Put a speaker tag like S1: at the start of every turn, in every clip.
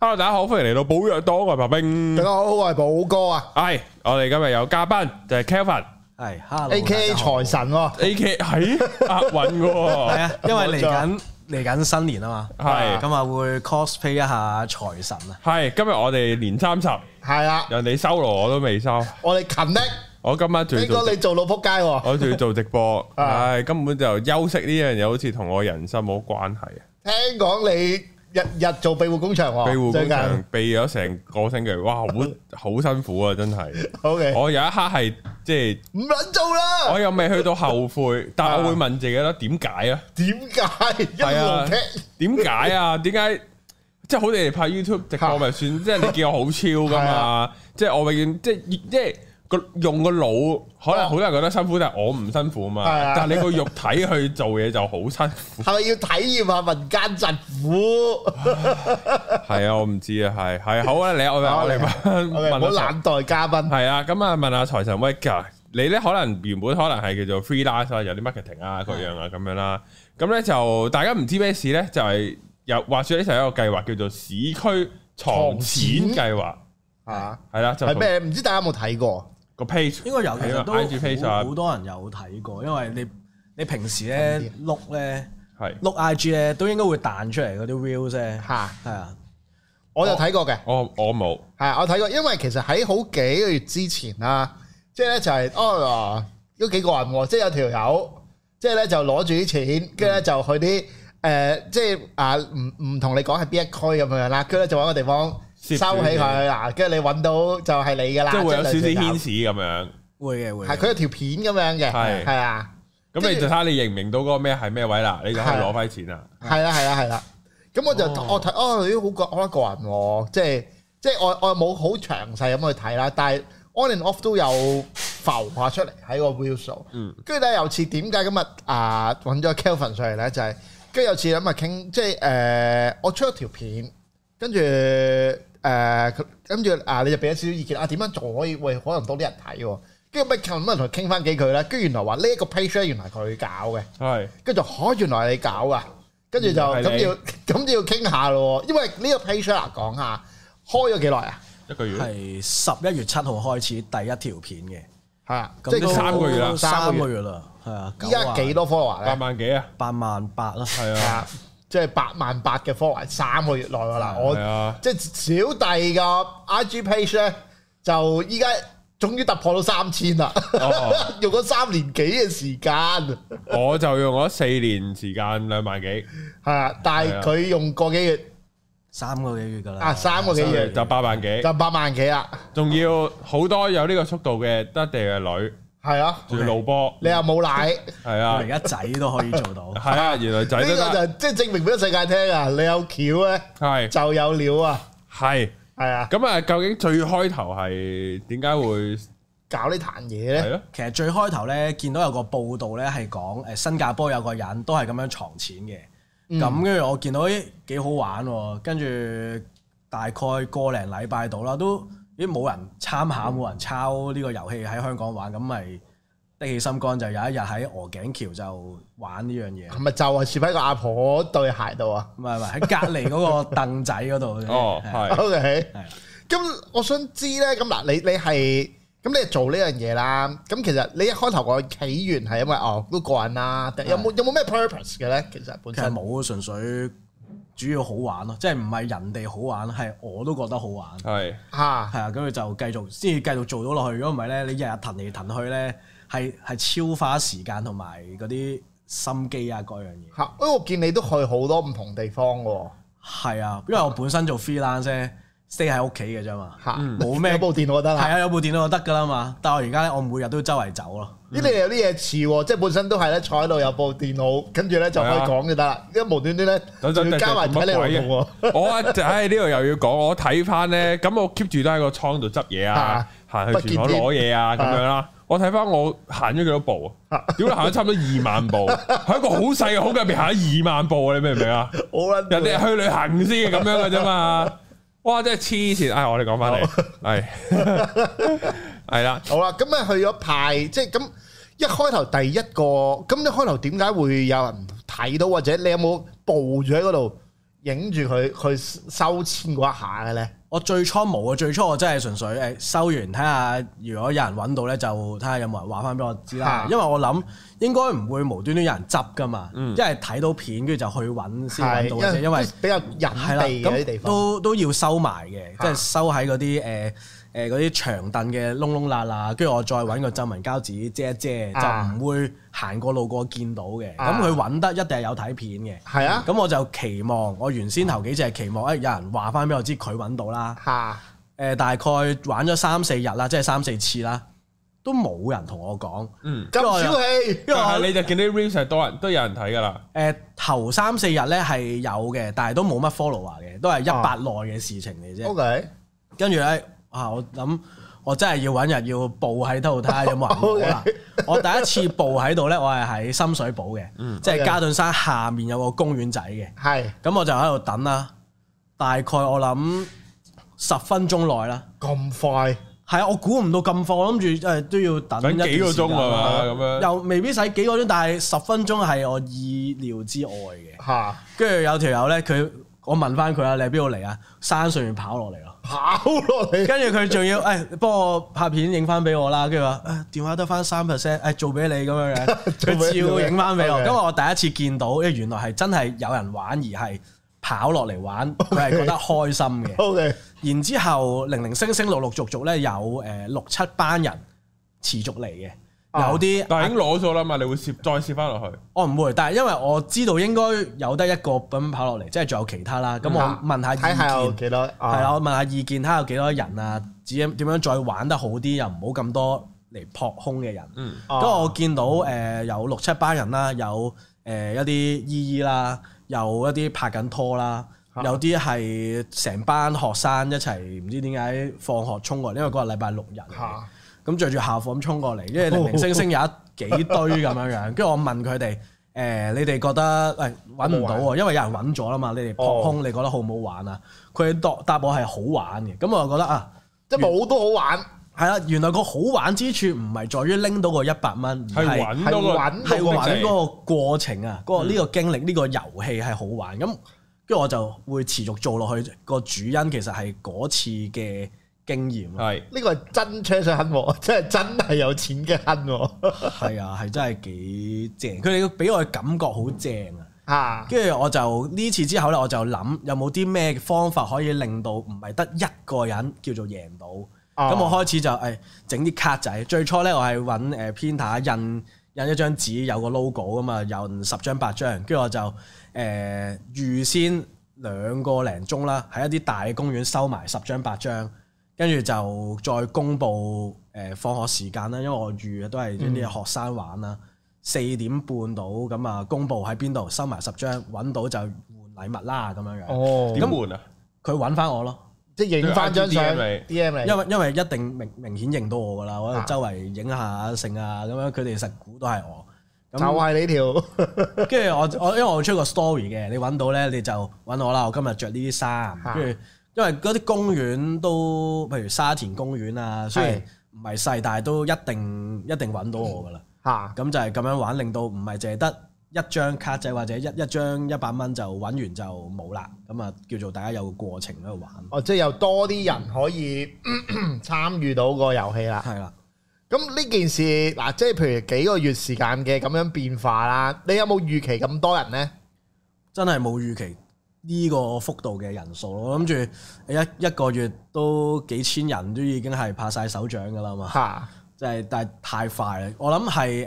S1: Hello，大家好，歡迎嚟到寶藥黨，我係白冰，
S2: 大家好，我係寶哥啊
S1: 係我哋今日有嘉賓就係 Kelvin，A
S3: 係，hello，
S2: ，A K A 財神喎，
S1: K 係押韻
S3: 係
S1: 嘅
S3: 啊，因為嚟緊嚟緊新年啊嘛，
S1: 係
S3: 咁啊會 cosplay 一下財神啊，
S1: 喎，係今日我哋年三十，
S2: 係啦，
S1: 人哋收羅我都未收，
S2: 我哋勤力，
S1: 我今晚仲要
S2: 應
S1: 做
S2: 該你做到仆街喎，
S1: 我仲要做直播，
S2: 啊
S1: 唉，根本就休息呢樣嘢好似同我人生冇關係啊！
S2: 聽講你日日做庇護工場喎，
S1: 庇護工
S2: 最近
S1: 場避咗成個星期，哇，好 好辛苦啊，真係！
S2: ，OK，
S1: 我有一刻係即係，
S2: 唔撚做啦
S1: 我，又未去到後悔，但係我會問自己啦，點解啊？
S2: 點解一
S1: 係啊
S2: 路踢？
S1: 點解啊？點解即係好哋拍 YouTube 直播咪算？即係你見我好超噶
S2: 係啊
S1: 嘛？即係我永遠即係即係個用個腦，可能好多人覺得辛苦，但係我唔辛苦嘛
S2: 啊係啊。
S1: 但係你個肉體去做嘢就好辛 苦。
S2: 係咪要體驗下民間疾苦
S1: 嗯係啊，我唔知啊，係係好啊，你我
S2: 好
S1: 我嚟問
S2: ？OK，唔好
S1: 問下財
S2: 冷待嘉賓，
S1: 係啊，咁啊問下財神喂㗎，你咧可能原本可能係叫做 freelance 啊，有啲 marketing 啊各樣啊咁樣啦。咁咧就大家唔知咩事咧，就係有話説呢就有一個計劃叫做市區藏錢計劃。
S2: 啊，
S1: 係啦，就
S2: 係
S1: 同
S2: 咩？唔知大家有冇睇過？
S1: 個 page
S3: 應該有其實都
S1: IG page 啊
S3: 好，好多人有睇過，因為你你平時咧碌咧
S1: 係
S3: 碌 IG 咧都應該會彈出嚟嗰啲 view 啫，
S2: 嚇
S3: 係啊，
S2: 我
S1: 哦
S2: 有睇過嘅。
S1: 我我冇
S2: 係，我睇過，因為其實喺好幾個月之前啦，即係咧就係、哦，都幾過人喎，即係有條友，即係咧就攞住啲錢，跟住咧就去啲誒、呃即係啊唔唔同你講係邊一區咁樣啦，跟住咧就揾個地方
S1: 攝
S2: 收起
S1: 住佢
S2: 佢嗱，跟住你揾到就係你噶啦，
S1: 即係會有
S2: 啊係
S1: 少少
S2: 類似
S1: 牽使咁樣。
S3: 會嘅會
S2: 咁，係
S3: 嘅，
S2: 佢有條片咁樣嘅，
S1: 係
S2: 係啊。
S1: 咁你就睇下你認唔認到嗰個咩係咩位啦，你就可以
S2: 係
S1: 攞翻錢啦。
S2: 係啦係啦係啦，咁我就
S3: 哦
S2: 我睇哦，你都好個好一個人喎，即係即係我我冇好詳細咁去睇啦，但係 on and off 都有浮下出嚟喺個 view 數，跟住咧有次點解今日啊揾咗 Kelvin 上嚟咧，就係跟住有次諗啊傾，即係誒、呃我出咗條片，跟住誒佢跟住啊你就俾咗少少意見啊點樣做可以喂可能多啲人睇喎，跟住咪琴日同佢傾翻幾句啦，跟住原來話呢一個 page 咧原來係佢搞嘅。
S1: 係
S2: 跟住就嚇，原來你搞啊！跟住就
S1: 原來係
S2: 咁
S1: 你
S2: 要 咁就要傾下咯喎，因為呢個 page 啦講下，開咗幾耐啊？
S1: 一個月，
S3: 係十一月七號開始第一條片嘅，
S2: 係啊，即
S3: 咁
S2: 係
S3: 都
S1: 三個月啦
S3: 三個月啦，係啊，
S2: 依家幾
S3: 多
S2: 多 follower
S1: 八
S2: 咧？
S1: 萬幾啊？
S3: 八萬八啦，
S1: 係
S2: 係
S1: 啊，
S2: 啊，即係八萬八嘅 follower，三個月內㗎啦。我
S1: 係啊
S2: 即係小弟嘅 IG page 咧，就依家終於突破到三千啦
S1: 哦，
S2: 用咗三年幾嘅時間，
S1: 我就用咗四年時間兩萬幾，
S2: 係啊，但係佢用個幾月
S3: 三個幾月㗎啦，
S2: 啊三個幾月
S1: 就八萬幾，
S2: 就八萬幾啦，
S1: 仲要好多有呢個速度嘅得地嘅女，
S2: 係啊，
S1: 仲要露波，
S2: 你又冇奶。
S1: 係
S3: 我
S1: 啊，
S3: 而家仔都可以做到。
S1: 係啊，原來仔
S2: 呢
S1: 都
S2: 個
S1: 得，
S2: 就即係證明俾個世界聽啊！你有橋咧
S1: 係
S2: 就有料啊，
S1: 係。
S2: 係啊，
S1: 咁啊，究竟最開頭係點解會
S2: 搞呢壇嘢
S1: 係
S2: 咧，
S1: 咯？。
S3: 其實最開頭咧，見到有個報道咧係講誒新加坡有個人都係咁樣藏錢嘅，咁跟住我見到咦幾好玩喎，跟住大概個零禮拜到啦，都咦冇人參考，冇人抄呢個遊戲喺香港玩，咁咪的起心肝就有一日喺鵝頸橋就玩呢樣嘢，
S2: 係咪就係攝喺個阿婆對鞋度啊
S3: 唔係唔係喺隔離嗰個凳仔嗰度
S1: 哦，係。
S2: ？OK，
S3: 係
S2: 咁我想知咧，咁嗱，你你係咁你係做呢樣嘢啦，咁其實你一開頭個起源係因為哦都個人啦，定有冇有冇咩 purpose 嘅咧？其實本
S3: 其實
S2: 身
S3: 冇，純粹主要好玩咯，即係唔係人哋好玩，係我都覺得好玩。
S1: 係
S2: 嚇
S3: 係啊，跟住就繼續先至繼續做到落去。如果唔係咧，你日日騰嚟騰去咧，係係超花時間同埋嗰啲心機啊嗰樣嘢。
S2: 嚇，因為我見你都去好多唔同地方喎，
S3: 係啊，因為我本身做 freelance 咧，stay 喺屋企嘅啫嘛，
S2: 嚇
S3: 嗯 冇咩
S2: 有部電腦就得啦
S3: 係。啊，有部電腦就得㗎啦嘛。但係我而家咧，我每日都周圍走咯。
S2: 呢啲有啲嘢似喎，即係本身都係咧坐喺度有部電腦，跟住咧就可以講就得啦。因為無端端咧，
S1: 等
S2: 仲
S1: 陣
S2: 要加埋睇你老母喎。
S1: 我啊，唉，呢度又要講，我睇翻咧，咁我 keep 住都喺個倉度執嘢啊
S2: 啊，
S1: 行去廚房
S2: 不見天
S1: 攞嘢啊，咁樣啦。我睇翻我行咗幾多步啊？屌你行咗差唔多二萬步，喺一個好細嘅好入邊行咗二萬步啊！你明唔明啊？
S2: 好啦，
S1: 人哋係去旅行先嘅咁樣嘅啫嘛。哇！真係黐線！唉，我哋講翻嚟，係係啦，
S2: 好啦，咁啊去咗派，即係咁一開頭第一個，咁一開頭點解會有人睇到，或者你有冇報住喺嗰度影住佢佢收錢嗰一下嘅咧？
S3: 我最初冇啊，最初我真係純粹誒收完睇下，如果有人揾到咧，就睇下有冇人話翻俾我知啦
S2: 嚇。
S3: 因為我諗應該唔會無端端有人執噶嘛，因為睇到片跟住就去揾先
S2: 係
S3: 揾到嗯嘅啫，因為
S2: 比較隱
S3: 係啦，
S2: 秘嘅啲地
S3: 咁
S2: 方，
S3: 都都要收埋嘅，即係收喺嗰啲誒誒嗰啲長凳嘅窿窿罅罅，跟住我再揾個皺紋膠紙遮一遮，
S2: 啊
S3: 就唔會行過路過見到嘅。
S2: 啊
S3: 咁佢揾得一定係有睇片嘅。
S2: 係啊
S3: 咁我就期望，我原先頭幾隻係期望，誒、有人話翻俾我知佢揾到啦。
S2: 嚇
S3: 誒、大概玩咗三四日啦，即係三四次啦，都冇人同我講。
S1: 嗯，
S2: 咁
S3: 因為我
S2: 小氣，
S3: 因為
S1: 但
S3: 我
S1: 係你就見到啲 reels 係多人都有人睇噶啦，
S3: 誒、頭三四日咧係有嘅，但係都冇乜 follower 嘅，都係一百
S2: 哦
S3: 內嘅事情嚟啫。
S2: OK，
S3: 跟住咧啊，我諗我真係要揾日要報喺度睇下有冇人攞 啦
S2: Okay。
S3: 我第一次報喺度咧，我係喺深水埗嘅，
S1: 嗯
S3: 即係嘉頓山下面有個公園仔嘅。
S2: 係
S3: 咁我就喺度等啦，大概我諗十分鐘內啦。
S2: 咁快
S3: 係啊，我估唔到咁快，我諗住誒都要等
S1: 等
S3: 一段
S1: 幾個
S3: 時間
S1: 鐘啊嘛
S3: 啦
S1: 咁樣
S3: 又未必使幾個鐘，但係十分鐘係我意料之外嘅。
S2: 嚇
S3: 跟住有條友咧，佢我問翻佢啊，你喺邊度嚟啊？山上面跑落嚟咯。
S2: 跑落嚟，
S3: 跟住佢仲要誒幫我拍片影翻俾我啦，跟住話誒電話得翻三 percent，誒做俾你咁樣樣，
S2: 做俾你
S3: 佢照影翻俾我。
S2: OK
S3: 因為我第一次見到，因為原來係真係有人玩而係跑落嚟 玩，佢係覺得開心嘅。
S2: OK，
S3: 然之後零零星星陸陸續續咧有誒六七班人持續嚟嘅，
S2: 啊
S3: 有啲
S1: 但係已經攞咗啦嘛，你會攝再攝翻落去，
S3: 我唔會，但係因為我知道應該有得一個咁跑落嚟，即係仲有其他啦。咁我問下
S2: 嗯睇下有
S3: 意見。
S2: 幾多
S3: 係啦，
S2: 啊？
S3: 我問下意見，睇下有幾多人啊？點點樣再玩得好啲，又唔好咁多嚟撲空嘅人。
S1: 嗯，
S2: 哦
S3: 咁我見到誒有六七班人啦，有誒一啲姨姨啦，有一啲拍緊拖啦，
S2: 啊
S3: 有啲係成班學生一齊唔知點解放學衝過嚟，因為嗰個禮拜六日嚟嘅
S2: 嚇
S3: 咁着住校服咁衝過嚟，因為零零星星有一幾堆咁樣樣，跟住我問佢哋。誒、你哋覺得誒揾唔到
S2: 好
S3: 啊？因為有人揾咗啦嘛，你哋撲空，你覺得好唔好玩啊？佢答答我係好玩嘅，咁我就覺得啊，
S2: 即係冇都好玩，
S3: 係啦，原來個好玩之處唔係在於拎到個一百蚊，而
S1: 係
S3: 係
S1: 揾到個
S2: 係揾
S3: 係玩
S1: 個
S3: 嗰個過程啊，嗰、個呢個經歷，呢、個遊戲係好玩。咁跟住我就會持續做落去。個主因其實係嗰次嘅經驗咯，
S1: 係
S2: 呢個係真車上坑喎， 即係真係有錢嘅坑喎
S3: 係啊，係真係幾正。佢哋俾我嘅感覺好正啊！
S2: 嚇
S3: 跟住我就呢次之後咧，我就諗有冇啲咩方法可以令到唔係得一個人叫做贏到。咁、我開始就誒整啲卡仔。最初咧，我係揾誒 printer 印印一張紙，有個 logo 咁嘛，印十張八張。跟住我就誒、呃、預先兩個零鐘啦，喺一啲大嘅公園收埋十張八張，跟住就再公佈誒、呃放學時間啦。因為我預都係呢啲學生玩啦。四點半到咁啊，公佈喺邊度收埋十張，揾到就換禮物啦咁樣樣。
S2: 哦，
S1: 點換啊？
S3: 佢揾翻我咯，
S2: 即係影翻張相
S1: DM
S2: ，D M
S3: 因
S2: 嚟，
S3: 為因為一定明明顯認到我噶啦，我
S2: 啊
S3: 喺度周圍影下剩啊咁樣，佢哋實估都係我。
S2: 就
S3: 咁
S2: 係呢條。
S3: 跟住我我因為我出個 story 嘅，你揾到咧你就揾我啦。我今日着呢啲衫，
S2: 嚇
S3: 跟住因為嗰啲公園都譬如沙田公園啊，雖然
S2: 係
S3: 唔係細，但係都一定一定揾到我噶啦。
S2: 嚇
S3: 咁就係咁樣玩，令到唔係淨係得一張卡仔或者一一張一百蚊就揾完就冇啦。咁啊叫做大家有個過程喺度玩，
S2: 哦，即係有多啲人可以 參與到個遊戲啦。
S3: 係啦。
S2: 咁呢件事嗱，即係譬如幾個月時間嘅咁樣變化啦，你有冇預期咁多人呢？
S3: 真係冇預期呢個幅度嘅人數咯。我諗住一一個月都幾千人都已經係拍晒手掌㗎啦嘛，
S2: 嚇
S3: 即係但係太快啦。我諗係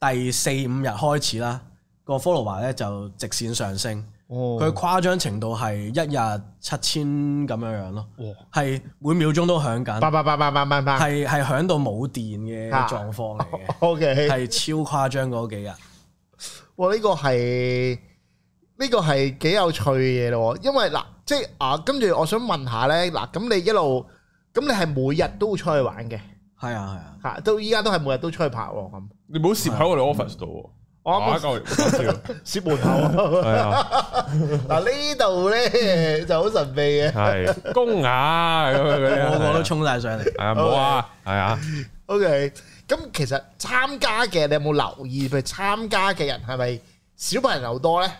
S3: 誒第四五日開始啦，個 follower 咧就直線上升。佢
S2: 哦，
S3: 誇張程度係一日七千咁樣樣咯，係每秒鐘都響緊，
S2: 八八八八八八八
S3: 係係響到冇電嘅
S2: 啊
S3: 狀況嚟 嘅，
S2: ，OK，
S3: 係超誇張嗰幾日。
S2: 哇！呢、個係呢、個係幾有趣嘅嘢咯喎，因為嗱，即係啊，跟住我想問下咧，嗱，咁你一路咁你係每日都出去玩嘅
S3: 係啊係啊，
S2: 嚇，到依家都係每日都出去拍喎咁，
S1: 你唔好攝喺我哋 office 度喎，
S2: 我啱
S1: 我
S2: 啱
S1: 一嚿笑，
S2: 攝門口
S1: 係啊。
S2: 嗱呢度咧就好神秘嘅。
S1: 系公雅咁樣嗰啲啊，
S3: 個個都衝晒上嚟。
S1: 係啊，唔好啊，係啊，
S2: OK，咁其實參加嘅你有冇留意？譬如參加嘅人係咪小朋友多咧？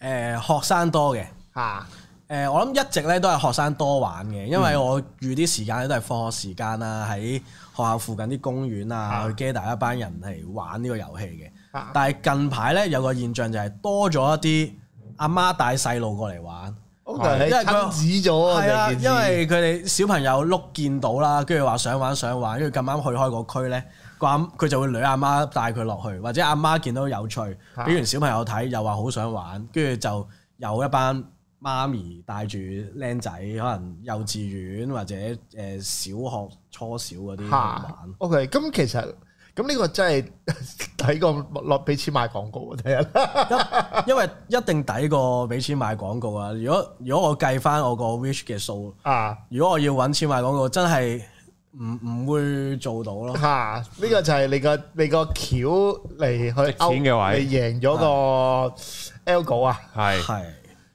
S3: 誒、學生多嘅。
S2: 嚇，
S3: 誒、我諗一直咧都係學生多玩嘅，因為我預啲時間咧都係放學時間啦，喺學校附近啲公園啊，去 gather 一班人嚟玩呢個遊戲嘅
S2: 啊。
S3: 但係近排咧有個現象就係多咗一啲阿媽帶細路過嚟玩，
S2: 我就係
S3: 因為佢
S2: 親子咗啊！
S3: 係啊，
S2: 成件事
S3: 因為佢哋小朋友碌見到啦，跟住話想玩想玩，跟住咁啱去開個區咧，個阿佢就會女阿媽帶佢落去，或者阿媽見到有趣，
S2: 啊
S3: 俾完小朋友睇又話好想玩，跟住就有一班媽咪帶住僆仔，可能幼稚園或者誒、呃小學、初小嗰啲去
S2: 嚇
S3: 玩。
S2: ，OK，咁其實咁呢個真係 睇個落俾錢買廣告啊！睇下
S3: 因因為一定抵過俾錢買廣告啊！如果如果我計翻我個 wish 嘅數，
S2: 啊
S3: 如果我要揾錢買廣告，真係唔唔會做到咯。
S2: 嚇，呢個就係你個你個橋嚟去勾
S1: 值錢嘅位
S2: 你贏咗個 algo 啊！
S1: 係
S3: 係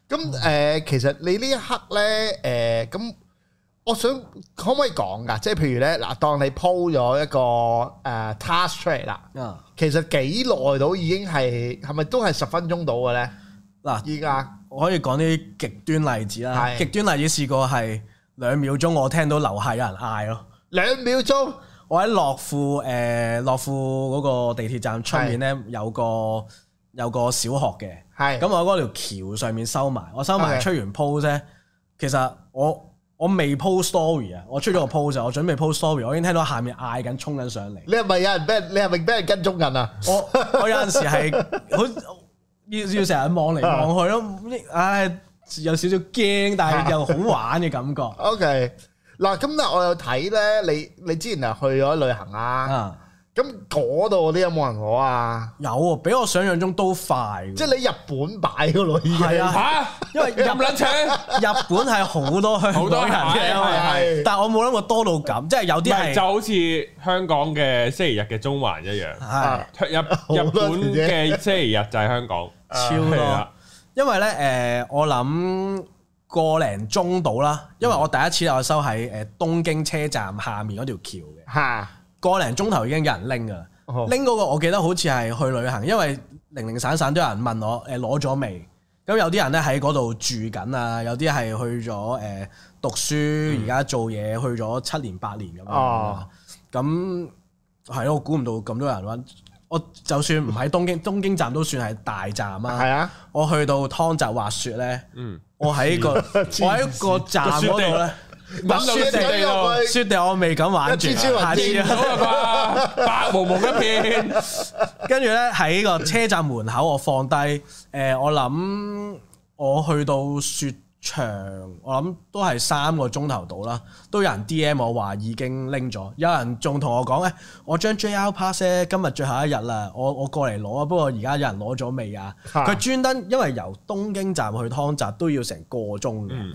S2: 咁誒、呃其實你呢一刻咧，誒、咁，我想可唔可以講噶？即係譬如咧，嗱，當你鋪咗一個誒、呃 task 出嚟啦，
S3: 啊
S2: 其實幾耐到已經係係咪都係十分鐘到嘅咧？
S3: 嗱，
S2: 依家
S3: 我可以講啲極端例子啦。
S2: 係
S3: 極端例子試過係兩秒鐘，我聽到樓下有人嗌咯。
S2: 兩秒鐘
S3: 我喺樂富誒、呃、樂富嗰個地鐵站出面咧，有個有個小學嘅。
S2: 係
S3: 咁我喺嗰條橋上面收埋，我收埋
S2: Okay
S3: 出完 post 咧，其實我我未 post story 啊，我出咗個 post 啊，我準備 post story，我已經聽到下面嗌緊，衝緊上嚟。
S2: 你係咪有人俾人？你係咪俾人跟蹤緊啊？
S3: 我我有陣時係好要要成日望嚟
S1: 啊
S3: 望去咯，唉，有少少驚，但
S1: 啊
S3: 係又好玩 嘅感覺
S2: OK，嗱，咁但我有睇咧，你你之前係去咗旅行啊？
S3: 啊！
S2: 咁嗰度嗰啲有冇人攞啊？
S3: 有喎，比我想象中都快喎，
S2: 即係你日本擺嘅咯，已經
S3: 係啊
S1: 吓，
S3: 因為
S1: 咁
S3: 日
S1: 撚扯，
S3: 日本係好多香
S1: 啊好多
S3: 港
S1: 人啊
S3: 人嘅，因為
S2: 係
S3: 但我冇諗過多到咁，即係有
S1: 唔
S3: 啲
S1: 係就
S3: 係
S1: 好似香港嘅星期日嘅中環一樣，
S3: 係。
S1: 日
S2: 多
S1: 日本嘅星期日就係香港，
S3: 超
S1: 係啊
S3: 多
S1: 啦。
S3: 因為咧，誒、我諗個零鐘到啦，因為我第一次我收喺誒東京車站下面嗰條橋嘅，
S2: 嚇，
S3: 個零鐘頭已經有人拎噶啦
S2: 哦。
S3: 拎嗰個我記得好似係去旅行，因為零零散散都有人問我誒攞咗未？咁有啲人咧喺嗰度住緊啊，有啲係去咗誒、讀書，而家做嘢去咗七年八年咁樣
S2: 嗯哦
S3: 啊。咁係咯，我估唔到咁多人揾。我就算唔喺 東京，東京站都算係大站啊。
S2: 係啊。
S3: 我去到湯澤滑雪咧，我喺個我喺個站嗰度咧，
S1: 諗到
S2: 雪
S1: 雪
S2: 地
S1: 地
S2: 入
S1: 咯
S2: 去，
S3: 雪地我未敢玩住，啊
S2: 一支支雲
S3: 下次
S2: 煙
S1: 好啦啩，白蒙蒙一片，
S3: 跟住咧喺個車站門口我放低，誒、我諗我去到雪場，我諗都係三個鐘頭到啦，都有人 D M 我話已經拎咗，有人仲同我講咧，我張 J R pass 咧今日最後一日啦，我我過嚟攞啊，不過而家有人攞咗未啊？
S2: 嚇
S3: 佢專登因為由東京站去湯澤都要成個鐘嘅。
S1: 嗯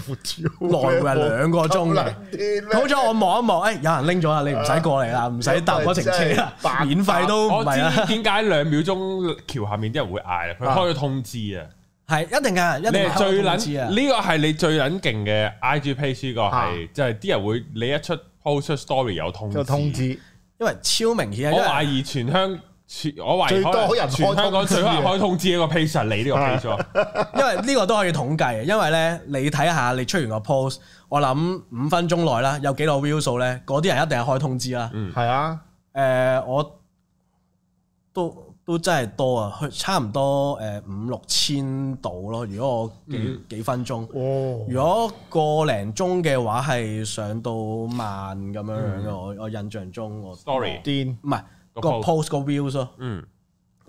S2: 來
S3: 來回係兩個鐘嘅。好彩我望一望，誒、有人拎咗啦，你唔使過嚟啦，唔使搭嗰程車啦
S2: 真係白搭，
S3: 免費都唔
S1: 我
S3: 係啊啦，
S1: 知點解兩秒鐘橋下面啲人會嗌啦，佢開咗通知啊！
S3: 係一定㗎，一
S1: 你
S3: 定
S1: 係
S3: 係
S1: 最
S3: 撚知
S1: 撚
S3: 啊！
S1: 呢個係你最撚勁嘅 IG page 呢個係，就係啲人會你一出 post 出 story 有通
S2: 個通。知
S3: 因為超明顯
S1: 我
S3: 啊，
S1: 懷疑全香全我懷疑
S2: 最多
S1: 可
S2: 人
S1: 能
S2: 開
S1: 全香港
S2: 通知
S1: 最
S2: 嘅
S1: 多人開通知一個 page 係你呢個 page 咯。
S3: 因為因為呢個都可以統計嘅，因為咧你睇下你出完個 post，我諗五分鐘內啦，有幾多 view 數咧，嗰啲人一定係開通知啦。誒、
S2: 係啊，
S3: 我都都真係多啊，去差唔多誒五六千度咯。如果我幾、幾分鐘。
S2: 哦，
S3: 如果個零鐘嘅話係上到萬咁樣樣嘅，我我印象中我
S1: Sorry
S2: 癲
S3: 唔係
S1: 個
S3: 個
S1: post
S3: post 個 views 咯，
S1: 嗯，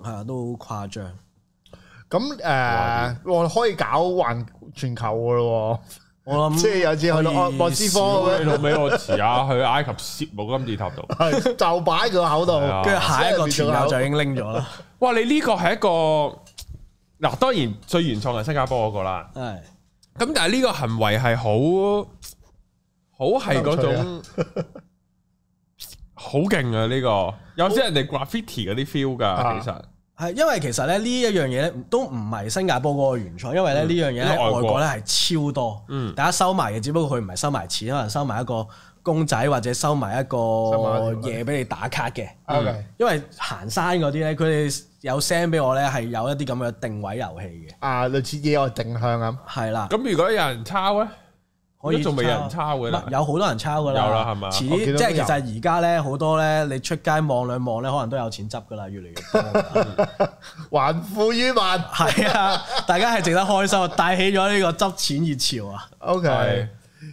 S3: 係啊都好誇張。
S2: 咁誒，我可以搞環全球嘅咯
S3: 我
S2: 喎，
S3: 諗
S2: 即係有次去
S3: 可
S2: 到
S3: 以
S2: 莫斯科
S3: 少
S2: 咁
S1: 你老尾我遲下去埃及攝冇金字塔度。
S2: 樣，係 就擺佢個口度，
S1: 係啊
S3: 跟住下一個團友就已經拎咗啦，
S1: 哇！你呢個係一個嗱，當然最原創係新加坡嗰個啦。
S3: 係
S1: 咁 但係呢個行為係好好係嗰種好勁啊！呢個有啲人哋 graffiti 嗰啲 feel 噶，
S2: 啊
S1: 其實
S3: 係因為其實咧呢一樣嘢咧都唔係新加坡嗰個原創，因為咧呢樣
S1: 因
S3: 嘢
S1: 為
S3: 喺
S1: 嗯外國
S3: 外國咧係超多，
S1: 嗯
S3: 大家收埋嘅，只不過佢唔係收埋錢，可能收埋一個公仔或者收埋一個
S2: 收埋一個
S3: 嘢俾你打卡嘅。嗯
S2: OK，
S3: 因為行山嗰啲咧，佢哋有 send 俾我咧，係有一啲咁嘅定位遊戲嘅，
S2: 啊，類似野外定向咁，
S3: 係啦，
S1: 咁如果有人抄咧，
S3: 可以
S1: 都仲未有人抄嘅啦
S3: 唔係有好多人抄噶啦，
S1: 有啦係嘛
S3: 遲
S2: 我
S3: 啲
S2: 見到
S3: 即係
S2: 都
S3: 其
S2: 有
S3: 實而家咧好多咧，你出街望兩望咧，可能都有錢執噶啦，越嚟越多。
S2: 還富於民。
S3: 係啊，大家係值得開心，啊！帶起咗呢個執錢熱潮啊！
S2: OK，
S1: 係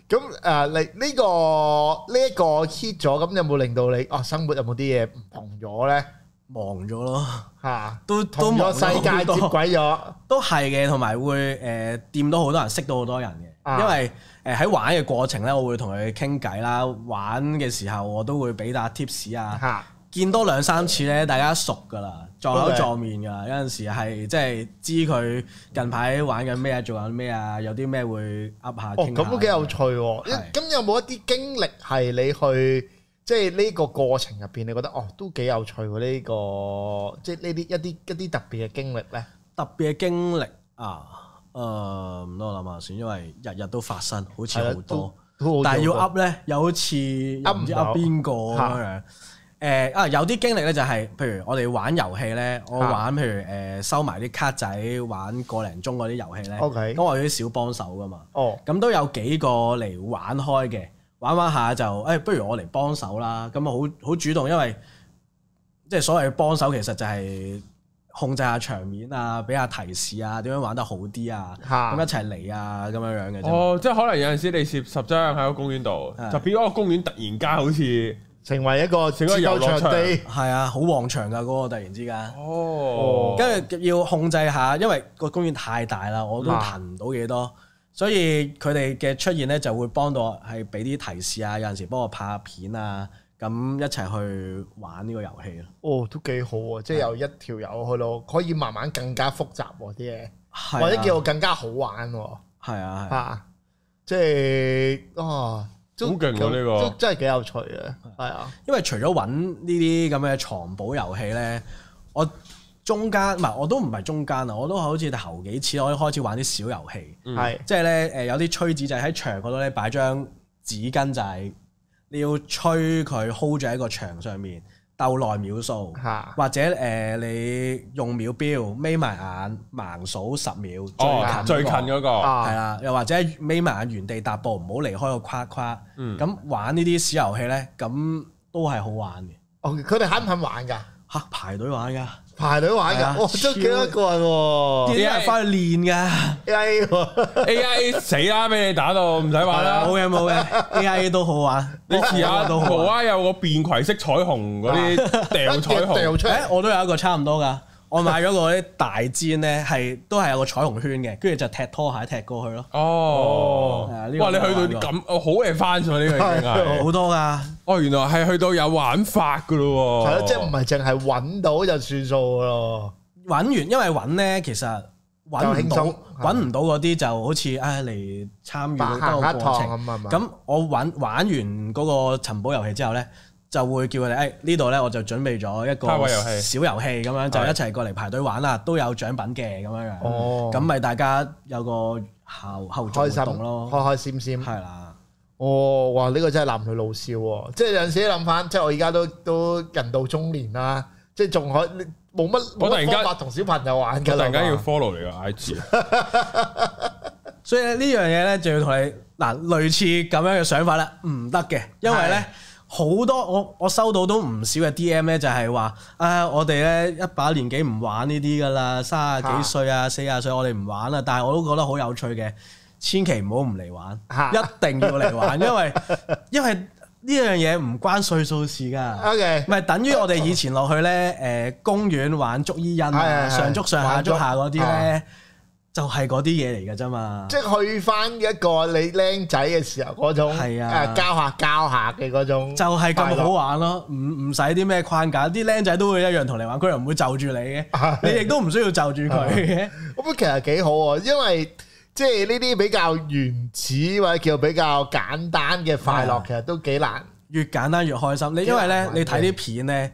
S2: 咁誒，你呢個呢一個 hit 咗，咁有冇令到你哦生活有冇啲嘢唔同咗咧？
S3: 忙咗咯，
S2: 嚇，
S3: 都都
S2: 同
S3: 忙
S2: 個
S3: 咗
S2: 世界
S3: 好多
S2: 接 軌咗。
S3: 都係嘅，同埋會誒掂、到好多人，識到好多人嘅。
S2: 啊
S3: 因為誒喺、玩嘅過程咧，我會同佢傾偈啦。玩嘅時候我都會俾打 tips 啊。
S2: 嚇，
S3: 見多兩三次咧，大家熟噶啦，撞口
S2: OK
S3: 撞面噶啦。有陣時係即係知佢近排玩緊咩啊，做緊咩啊，有啲咩會噏下
S2: 哦，
S3: 傾下。
S2: 咁都幾有趣喎。
S3: 係
S2: 咁有冇一啲經歷係你去即係呢個過程入邊，你覺得哦都幾有趣喎？呢個即係呢啲一啲一啲特別嘅經歷咧。
S3: 特別嘅經歷啊！誒、唔多諗下先，因為日日都發生，好似好多。
S2: 啊都
S3: 但係要
S2: 噏
S3: up 咧，又好似又唔知
S2: up 唔
S3: up 邊個咁樣。誒啊，有啲經歷咧就係、譬如我哋玩遊戲咧，我
S2: 嚇
S3: 玩譬如誒、收埋啲卡仔，玩個零鐘嗰啲遊戲咧，咁
S2: OK
S3: 我有啲小幫手噶嘛，
S2: 哦，
S3: 咁都有幾個嚟玩開嘅，玩玩下就誒、不如我嚟幫手啦，咁啊好好主動，因為即係所謂幫手其實就係控制下場面啊，俾下提示啊，點樣玩得好啲啊，
S2: 嚇
S3: 咁一齊嚟啊咁樣樣嘅啫嘛。
S1: 哦，即係可啊能有陣時你攝十張喺個公園度，
S3: 係
S1: 就變咗個公園突然間好似
S2: 成為一個
S1: 成個遊樂
S2: 自
S1: 場
S2: 救地。
S3: 係啊，好旺場噶嗰個突然之間，
S1: 哦，
S3: 跟住要控制下，因為個公園太大啦，我
S2: 啊
S3: 都彈唔到幾多，所以佢哋嘅出現咧就會幫到我係俾啲提示啊，有陣時幫我拍下片啊，咁一齊去玩呢個遊戲咯。
S2: 哦，都幾好喎！即係由一條友去到可以慢慢更加複雜喎啲
S3: 係
S2: 嘢，
S3: 啊
S2: 或者叫我更加好玩喎
S3: 係啊，係啊
S2: 嚇。即係哦，都
S1: 好勁喎呢個
S2: 都真係幾有趣嘅，係啊。
S3: 因為除咗揾呢啲咁嘅藏寶遊戲咧，我中間唔係我都唔係中間啊，我都好似頭幾次我開始玩啲小遊戲。
S1: 嗯
S2: 係
S3: 即係咧誒有啲吹紙就係喺牆嗰度咧擺張紙巾就係你要吹佢 hold 住喺個牆上面鬥耐秒數，
S2: 嚇
S3: 或者誒、呃你用秒錶眯埋眼盲數十秒
S1: 哦，
S3: 最
S1: 最
S3: 近
S1: 近
S3: 嗰個
S1: 嗰個
S3: 係
S2: 啊，
S3: 啦，又或者眯埋眼原地踏步，唔好離開個框框。
S1: 嗯
S3: 咁、玩呢啲小遊戲咧，咁都係好玩嘅
S2: 哦，佢哋肯唔肯玩㗎？
S3: 嚇、排隊玩㗎，
S1: 哦
S2: 排隊玩
S3: 係啊
S2: 㗎，哇，真係幾多個人喎！
S3: 啲人翻去練㗎。
S2: A 喎，哎
S1: A I 死啦，俾你打到唔使玩啦
S3: 冇。嘅冇嘅，A I A 都好玩，
S1: 你試下
S3: 哦都好啊
S1: 無
S3: 玩。
S1: 啦有個變攜式彩虹嗰啲掉彩
S2: 一掉
S1: 虹，
S2: 出
S3: 誒、哦
S2: 嚟，
S3: 我都有一個差唔多噶，我買咗個啲大氈咧，係都係有個彩虹圈嘅，跟住就踢拖鞋踢過去咯，
S1: 哦
S3: 係啊呢，個
S1: 哇！你去到
S3: 我玩過
S1: 啲咁哦好嘅翻上呢個已經係，
S3: 好多噶，
S1: 哦原來係去到有玩法噶咯喎，
S2: 係咯，即係唔係淨係揾到就算數㗎咯？
S3: 揾完因為揾咧其實揾唔
S2: 就
S3: 到
S2: 輕鬆
S3: 揾唔到嗰啲就好似唉嚟參與
S2: 白
S3: 嗰
S2: 行
S3: 個
S2: 黑
S3: 過
S2: 堂
S3: 程。
S2: 咁係嘛？
S3: 咁我玩玩完嗰個尋寶遊戲之後咧，就會叫佢哋誒呢度咧，我就準備咗一個
S1: 派位遊戲
S3: 小遊戲咁樣，就
S1: 係
S3: 一齊過嚟排隊玩啦，都有獎品嘅咁樣樣。
S2: 哦
S3: 咁咪大家有個後後續
S2: 開心
S3: 活動咯，
S2: 開開心心。
S3: 係啦。
S2: 哦，哇！呢、個真係男女老少喎、即係有陣時諗翻，即係我而家都都人到中年啦，即係仲可以冇乜
S1: 我突
S2: 冇
S1: 然
S2: 乜
S1: 間
S2: 方法同小朋友玩㗎啊
S1: 我突
S2: 啦。
S1: 然間要 follow 你個 I G，啊
S3: 所以咧呢樣嘢咧就要同你嗱類似咁樣嘅想法啦，唔得嘅，因為
S2: 係
S3: 咧好多我我收到都唔少嘅 D.M 咧就係話啊，我哋咧一把年紀唔玩呢啲噶啦，三啊幾歲啊四啊歲我哋唔玩啦，但係我都覺得好有趣嘅，千祈唔好唔嚟玩，
S2: 嚇
S3: 一定要 嚟玩，因為因為呢樣嘢唔關歲數事㗎。
S2: O K，
S3: 唔係等於我哋以前落去咧，誒、公園玩捉伊人啊、
S2: 係係係
S3: 上捉上下
S2: 玩捉
S3: 捉下嗰啲
S2: 啊
S3: 咧，就係嗰啲嘢嚟㗎啫嘛。
S2: 即係去翻一個你僆仔嘅時候嗰種
S3: 係
S2: 誒
S3: 啊
S2: 交下交下嘅嗰種，
S3: 就係咁好。玩咯，唔唔使啲咩框架，啲僆仔都會一樣同你玩，佢又唔會就住你嘅，
S2: 啊
S3: 你亦都唔需要就住佢嘅，
S2: 咁其實幾好喎，因為即係呢啲比較原始或者叫比較簡單嘅快樂，
S3: 係
S2: 其實都幾難。
S3: 越簡單越開心。你因為
S2: 幾好
S3: 咧，
S2: 玩
S3: 你睇啲片咧，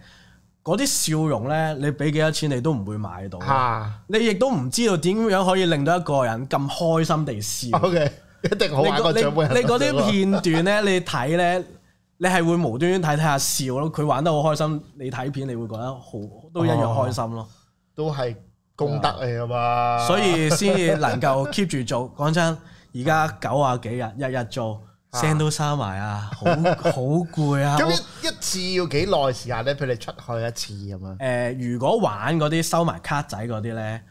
S3: 嗰啲笑容咧，你俾幾多錢你都唔會買到，
S2: 嚇
S3: 你亦都唔知道點樣可以令到一個人咁開心地笑。
S2: ，O K，一定好
S3: 你
S2: 玩過
S3: 嗰
S2: 長輩人
S3: 你你嗰
S2: 嗰種喎
S3: 啲片段咧，你睇咧，你係會無端端睇睇下笑咯。佢玩得好開心，你睇片你會覺得好都一樣
S2: 哦
S3: 開心咯。
S2: 都係功德嚟噶嘛。
S3: 所以先至能夠 keep 住做。講真，而家九啊幾日，日日做聲都沙埋啊， 好好攰啊。
S2: 咁
S3: 我
S2: 一一次要幾耐時間咧？譬如你出去一次咁樣，
S3: 誒、如果玩嗰啲收埋卡仔嗰啲咧，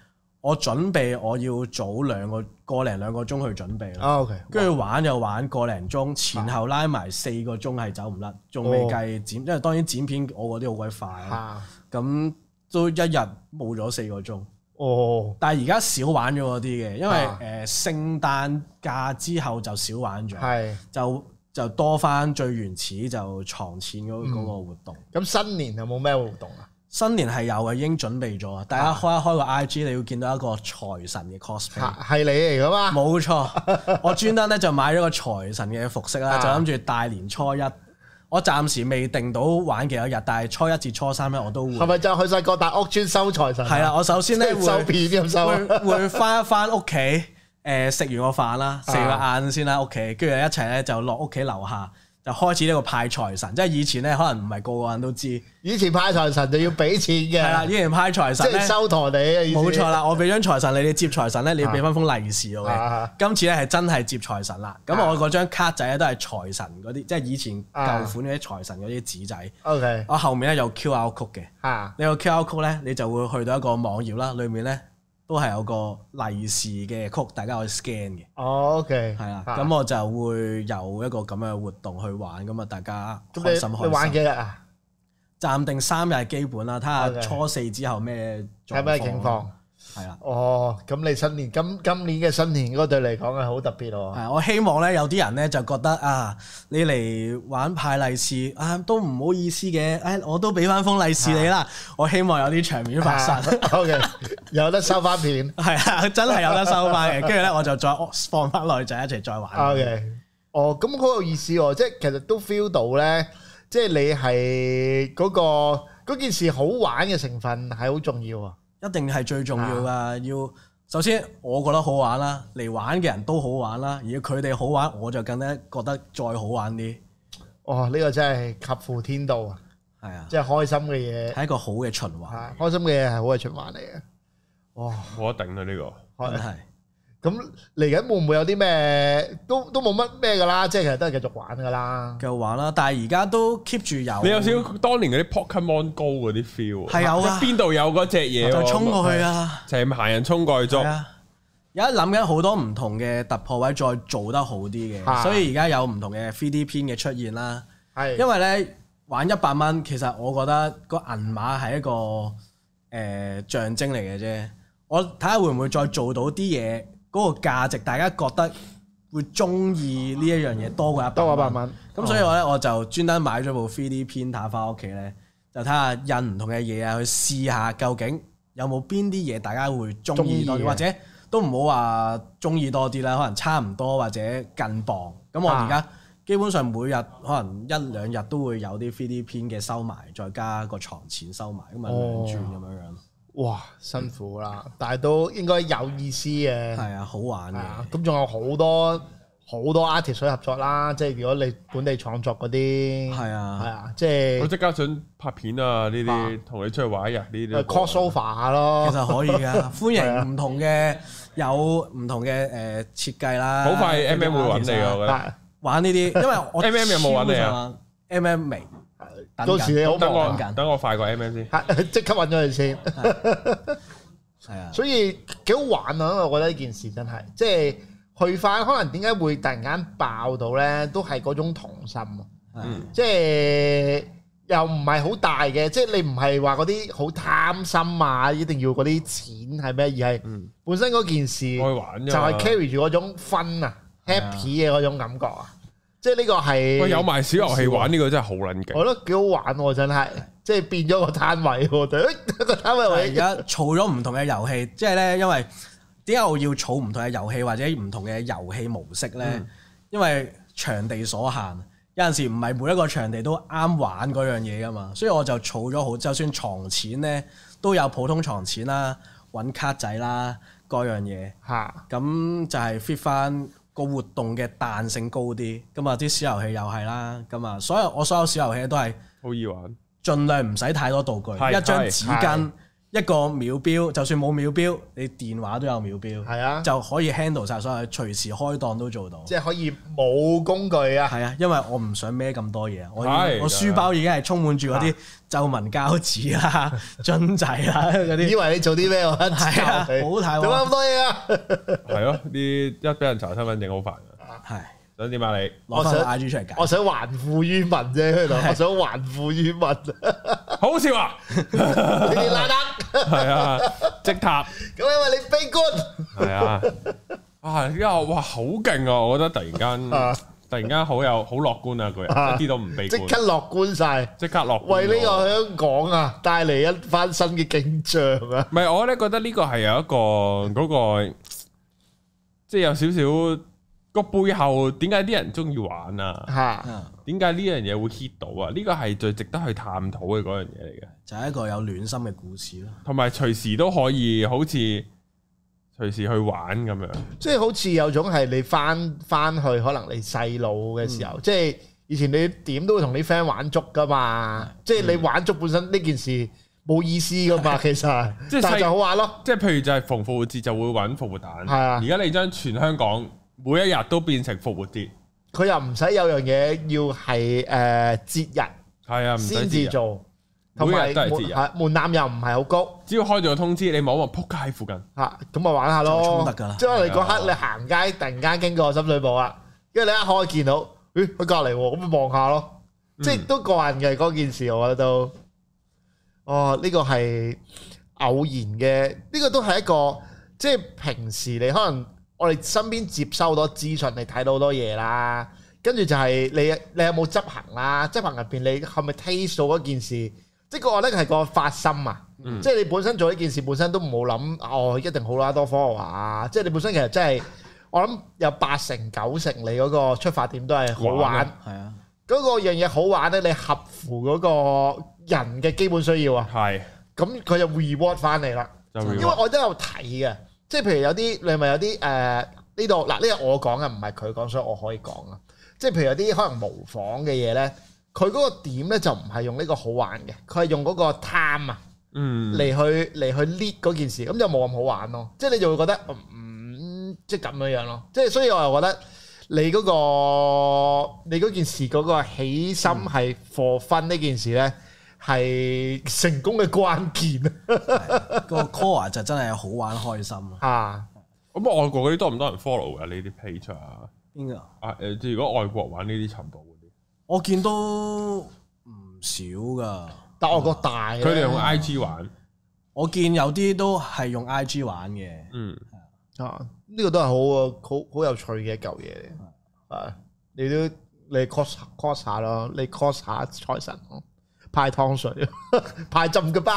S3: 我準備我要早兩個個零兩個鐘去準備咯。
S2: 啊 OK，
S3: 跟住玩就玩個零鐘，前後拉埋四個鐘係走唔甩，仲未計剪，因為當然剪片我嗰啲好鬼快啊，
S2: 哦嚇
S3: 咁都一日冇咗四個鐘。
S2: 哦，
S3: 但係而家少玩咗嗰啲嘅，因為誒、
S2: 啊
S3: 呃、聖誕假之後就少玩咗，
S2: 係
S3: 就就多翻最原始就床前嗰
S2: 嗯
S3: 嗰個活動。
S2: 咁新年有冇咩活動啊？
S3: 新年係有嘅，已經準備咗啊！大家開一開個 IG，你會見到一個財神嘅 cosplay。
S2: 嚇係你嚟噶嘛？
S3: 嗯冇錯， 我專登咧就買咗個財神嘅服飾啦，
S2: 啊
S3: 就諗住大年初一，我暫時未定到玩幾多日，但係初一至初三咧我都會
S2: 係咪就去晒各大屋村收財神？啊
S3: 係啦。，我首先咧會
S2: 收片咁收啊。
S3: 會會翻一翻屋企，誒食完個飯
S2: 啊
S3: 啦，食完個晏先啦，屋企跟住一齊咧就落屋企樓下就開始呢個派財神，即係以前咧可能唔係個個人都知，
S2: 以前派財神就要俾錢
S3: 係啦，以
S2: 嘅，
S3: 前派財
S2: 即
S3: 神咧
S2: 係。收陀地嘅意思。
S3: 冇錯啦，我俾張財神你，你接財神咧，你要俾翻封利是我嘅
S2: 啊。
S3: 今次咧係真係接財神啦。咁
S2: 啊
S3: 我嗰張卡仔咧都係財神嗰啲，即係以前舊款嗰啲財神嗰啲紙仔。
S2: ，OK
S3: 我後面咧有 QR code 嘅，
S2: 嚇，
S3: 你個 QR code 咧，你就會去到一個網頁啦，裡面咧都係有個利是嘅 code，大家可以 scan 嘅。
S2: 哦 OK，
S3: 係啦，
S2: 嚇
S3: 咁我就會有一個咁嘅活動去玩，咁啊大家
S2: 咁
S3: 開
S2: 你
S3: 心
S2: 你
S3: 開
S2: 玩幾
S3: 心。
S2: 日啊？
S3: 暫定三日係基本啦，睇下
S2: OK
S3: 初四之後咩
S2: 睇咩情況？？
S3: 係啦。
S2: 哦，咁你新年今今年嘅新年嗰對嚟講係好特別喎。
S3: 係，我希望咧有啲人咧就覺得啊，你嚟玩派利是啊，都唔好意思嘅，唉、我都俾翻封利是你
S2: 啊
S3: 啦。我希望有啲場面發生，
S2: O K，有得收翻 片。
S3: 係啊，真係有得收翻嘅。跟住咧，我就再放翻落去，就一齊再玩。
S2: O K，哦，咁好有意思喎，即係其實都 feel 到咧，即係你係嗰個嗰件事好玩嘅成分係好重要啊。
S3: 一定係最重要噶，要首先我覺得好玩啦，嚟玩嘅人都好玩啦，而佢哋好玩，我就更加覺得再好玩啲。
S2: 哦，呢個真係及乎天道啊！
S3: 係啊，
S2: 即係啊開心嘅嘢。
S3: 係一個好嘅循環，
S2: 係開心嘅嘢係好嘅循環嚟嘅。哇！
S1: 冇得頂啊呢個，
S3: 真係。
S2: 咁嚟緊會唔會有啲咩都都冇乜咩㗎啦？即係其實都係繼續玩㗎啦。
S3: 繼續玩啦，但係而家都 keep 住有。
S1: 你有少少當年嗰啲 Pokemon Go 嗰啲 feel，
S3: 係有啊
S1: 即係邊度有嗰只嘢喎，
S3: 就衝過去啊！
S1: 就係行人衝過去捉
S3: 係，啊，而家諗緊好多唔同嘅突破位，再做得好啲嘅，
S2: 啊
S3: 所以而家有唔同嘅 3D 片嘅出現啦。
S2: 係
S3: 因為咧玩一百蚊，其實我覺得個銀碼係一個誒、呃象徵嚟嘅啫。我睇下會唔會再做到啲嘢，嗰、個價值大家覺得會中意呢一樣嘢多過一百
S2: 多一百蚊
S3: 咁所以我咧我就專登買咗部 3D printer 翻屋企咧，就睇下印唔同嘅嘢啊，去試下究竟有冇邊啲嘢大家會中意多
S2: 鍾意
S3: 啲，
S2: 嘅
S3: 或者都唔好話中意多啲啦，可能差唔多或者近磅。咁
S2: 啊
S3: 我而家基本上每日可能一兩日都會有啲 3D 片嘅收埋，再加個床錢收埋，咁啊兩
S2: 哦
S3: 轉咁樣樣，
S2: 哇辛苦啦，但係都應該有意思嘅。
S3: 係啊，好玩
S2: 係
S3: 嘅。
S2: 啊，咁仲有好多好多 artist 可以合作啦。即係如果你本地創作嗰啲，
S3: 係啊
S2: 係啊，即
S1: 我
S2: 係
S1: 即刻想拍片啊！呢啲同你出去玩啊一日呢啲
S2: 呃 crossover 下咯
S3: 其。實可以 噶，歡
S2: 啊
S3: 迎唔同嘅有唔同嘅誒設計啦。
S1: 好快 M M 會揾你
S3: 㗎
S1: 噶，。我覺得。
S2: 啊
S3: 玩呢啲，因為我
S1: MM 有冇揾你
S3: 啊？M M 未，等
S2: 到
S3: 緊
S2: 時你好
S1: 等
S2: 忙
S1: 我
S2: 啊，
S3: 緊
S1: 等我快過 M M 先。
S2: 係啊 即刻揾咗佢 先。
S3: 係啊，
S2: 所以幾好玩啊！因為我覺得呢件事真係，即係去翻可能點解會突然間爆到呢？都係嗰種童心啊！
S3: 係啊
S1: 嗯
S2: 即係又唔係好大嘅，即係你唔係話嗰啲好貪心啊，一定要嗰啲錢係咩，而係
S1: 嗯
S2: 本身嗰件事
S1: 我去玩啫
S2: 就
S1: 嘛
S2: 係 carry 住嗰種 fun 啊、
S3: 係啊
S2: happy 嘅嗰種感覺啊！即係呢個係
S1: 喂，有埋小遊戲玩呢個真係好撚勁
S2: 我。覺得幾好玩喎！真係，即係變咗個攤位喎，對 個攤位
S3: 但
S2: 我
S3: 係而家儲咗唔同嘅遊戲，即係咧，因為點解我要儲唔同嘅遊戲或者唔同嘅遊戲模式咧？因為場地所限，有陣時唔係每一個場地都啱玩嗰樣嘢噶嘛，所以我就儲咗好，就算床錢咧都有普通床錢啦、揾卡仔啦嗰樣嘢，
S2: 嚇
S3: 咁就係 fit 翻個活動嘅彈性高啲。咁啊，啲小遊戲又係啦，咁啊，所有我所有小遊戲都係
S1: 好易玩，
S3: 盡量唔使太多道具，
S1: 係
S3: 一張
S1: 係
S3: 紙巾。一個秒錶，就算冇秒錶，你電話都有秒錶，
S2: 係啊
S3: 就可以 handle 晒所有，隨時開檔都做到。
S2: 即係可以冇工具啊，
S3: 係啊，因為我唔想孭咁多嘢啊，我
S1: 係
S3: 我書包已經係充滿住嗰啲皺紋膠紙啦、 樽仔啦嗰
S2: 以
S3: 啲，
S2: 為你做啲咩我一
S3: 係啊
S2: 抄你
S3: 好大鑊
S2: 做乜咁多嘢啊？
S1: 係咯，呢一俾人查身份證好煩啊！
S3: 係
S1: 想點 啊你？
S2: 我
S3: 攞翻個
S2: 想
S3: I G 出嚟
S2: 我
S3: 解。
S2: 想還富於民啫，佢度，我想還富於 民，
S1: 好笑啊！
S2: 你哋拉得，
S1: 係啊，積塔
S2: 咁因為你悲觀。
S1: 係啊，啊！因為哇，好勁啊！我覺得突然間，
S2: 啊
S1: 突然間好有好樂觀啊！個人
S2: 啊
S1: 一啲都唔悲
S2: 即
S1: 觀，
S2: 刻樂觀晒，
S1: 即刻樂觀
S2: 為呢
S1: 喎
S2: 個香港啊帶嚟一番新嘅景象啊！
S1: 唔係，我咧覺得呢個係有一個嗰、個，即係有少少個背後點解啲人中意玩啊？
S2: 嚇，
S3: 啊
S1: 點解呢樣嘢會 hit 到啊？呢個係最值得去探討嘅嗰樣嘢嚟嘅，
S3: 就係一個有暖心嘅故事咯。
S1: 同埋隨時都可以好似隨時去玩咁樣。
S2: 即係好似有種係你翻翻去可能你細路嘅時
S1: 嗯
S2: 候，即係以前你點都會同啲 friend 玩捉噶嘛，即係你玩捉本身呢件事冇意思噶 嘛，其實
S1: 即係細
S2: 但係就好玩咯，
S1: 即係譬如就係逢復活節就會揾復活蛋，
S2: 係啊
S1: 而家你將全香港每一日都變成復活節，
S2: 佢又唔使有樣嘢要係誒節日
S1: 係啊，唔使
S2: 先
S1: 知
S2: 至
S1: 啊
S2: 做，
S1: 每
S2: 同埋
S1: 日都係節日
S2: 門門檻又唔係好高。
S1: 只要開咗個通知，你望一望，撲街喺附近，
S2: 吓，啊咁咪玩下
S3: 就
S2: 咯
S3: 衝得㗎啦。
S2: 即係我哋嗰
S1: 係啊
S2: 刻你行街，突然間經過深水埗啊，跟住你一開見到，咦，佢隔離喎，咁咪望下咯。即
S3: 嗯
S2: 係都過癮嘅嗰件事，我覺得都。哦，呢個係偶然嘅，呢個都係一個即係平時你可能我哋身邊接收好多資訊，你睇到好多嘢啦。跟住就係你你有冇執行啦？執行入邊你係咪 taste 到嗰件事？即係個我覺得係個發心啊！
S1: 嗯
S2: 即係你本身做呢件事本身都冇諗哦，一定好啦，多 follow 啊！即係你本身其實真係我諗有八成九成你嗰個出發點都係好
S1: 玩
S2: 玩
S1: 啊，
S3: 係啊，
S2: 嗰個樣嘢好玩咧，你合乎嗰個人嘅基本需要啊，
S1: 係
S2: 咁佢就 reward 翻你啦。
S1: 就
S2: 因
S1: reward
S2: 為我都有睇嘅，即係譬如有啲你係咪有啲誒呢度嗱呢個我講嘅唔係佢講，所以我可以講啊。即係譬如有啲可能模仿嘅嘢咧，佢嗰個點咧就唔係用呢個好玩嘅，佢係用嗰個貪啊。
S1: 嗯
S2: 嚟去嚟去 lead 嗰件事，咁就冇咁好玩咯。即係你就會覺得嗯，即係咁樣樣咯。即係所以我又覺得你嗰、個你嗰件事嗰個起心係 for fun 呢件事咧，係成功嘅關鍵
S3: 個 core 就真係好玩開心啊！
S2: 啊！
S1: 咁外國嗰啲多唔多人 follow 㗎？呢啲 page 啊？
S3: 邊個？
S1: 啊誒，即係如果外國玩呢啲尋寶嗰啲，
S3: 我見到唔少㗎。
S2: 但我覺得大呢
S1: 佢哋
S3: 啊
S1: 用 I G 玩，
S3: 我見有啲都係用 I G 玩嘅，
S1: 嗯，
S2: 啊，呢、個都係好啊好好有趣嘅一嚿嘢嚟啊！你都你 cos cos 下咯，你 cos 下財神咯，派湯水， 派浸嘅包，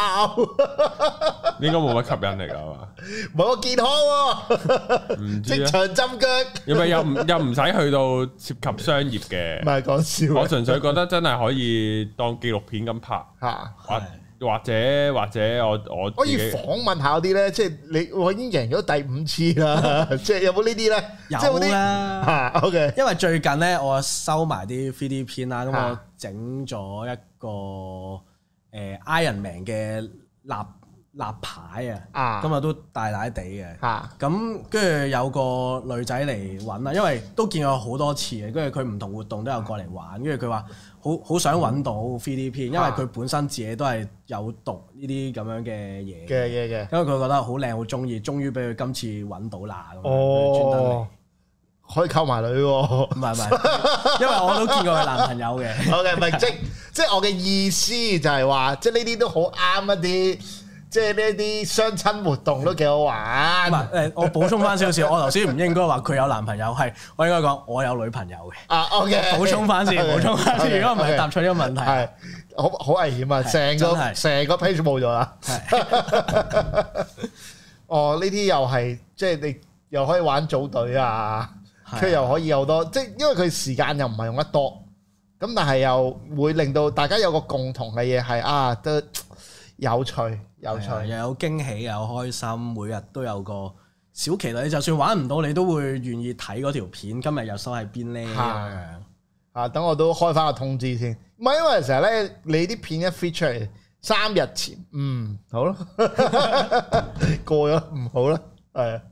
S1: 應該冇乜吸引力㗎嘛？
S2: 唔係我健康喎、
S1: 唔
S2: 即
S1: 知啊，
S2: 場浸腳，
S1: 又咪又唔 又唔使去到涉及商業嘅
S2: 唔，係講笑啊
S1: 我
S2: 嘅
S1: 純粹覺得真係可以當紀錄片咁拍，
S2: 嚇。
S1: 或
S3: 係
S1: 或者或者我我
S2: 可
S1: 自
S2: 以
S1: 己
S2: 訪問下嗰啲咧，即係你我已經贏咗第五次 啦，即係有冇呢啲咧？即係
S3: 有啊
S2: 嗰啲
S3: 啦。
S2: 嚇 OK
S3: 因為最近咧，我收埋啲 3D 片啦，咁
S2: 啊
S3: 我整咗一個誒、呃 Iron Man 嘅立立牌
S2: 啊
S3: 啊，今日都大大地嘅。
S2: 嚇
S3: 咁跟住有個女仔嚟揾啦，因為都見過好多次嘅，跟住佢唔同活動都有過嚟玩，跟住佢話好好想揾到 3D 片，因為
S2: 啊
S3: 佢本身自己都係有讀呢啲咁樣嘅嘢
S2: 嘅嘢嘅。
S3: 因為佢覺得好靚好中意，終於俾佢今次揾到啦咁樣，佢專登嚟
S2: 哦，可以溝埋女喎。
S3: 唔係唔 係，因為我都見過佢男朋友嘅，
S2: OK，唔係即即係我嘅意思就係話，即係呢啲都好啱一啲，即係呢啲相親活動都幾好
S3: 唔
S2: 玩。
S3: 係誒，我補充翻少少，我頭先唔應該話佢有男朋友，係我應該講我有女朋友嘅，
S2: 啊，OK，
S3: 補充翻先，
S2: OK，
S3: 補充翻先，
S2: OK，
S3: 如果唔係
S2: OK
S3: 答錯呢個問題，
S2: 係好好危險啊！
S3: 係
S2: 成
S3: 真
S2: 個
S3: 係
S2: 成個 page 冇咗啦。
S3: 係
S2: 哦，呢啲又係即係你又可以玩組隊啊，
S3: 係
S2: 佢又可以有好多，即係因為佢時間又唔係用得多，咁但係又會令到大家有個共同嘅嘢係啊，都有趣有趣
S3: 係啊又有驚喜又有開心，每日都有個小期待，你就算玩唔到，你都會願意睇嗰條片，今日又收喺邊咧咁樣。
S2: 啊，等我都開翻個通知先。唔係因為成日咧，你啲片一 fit 出嚟，三日前，嗯，好咯， 過咗唔好啦，係啊，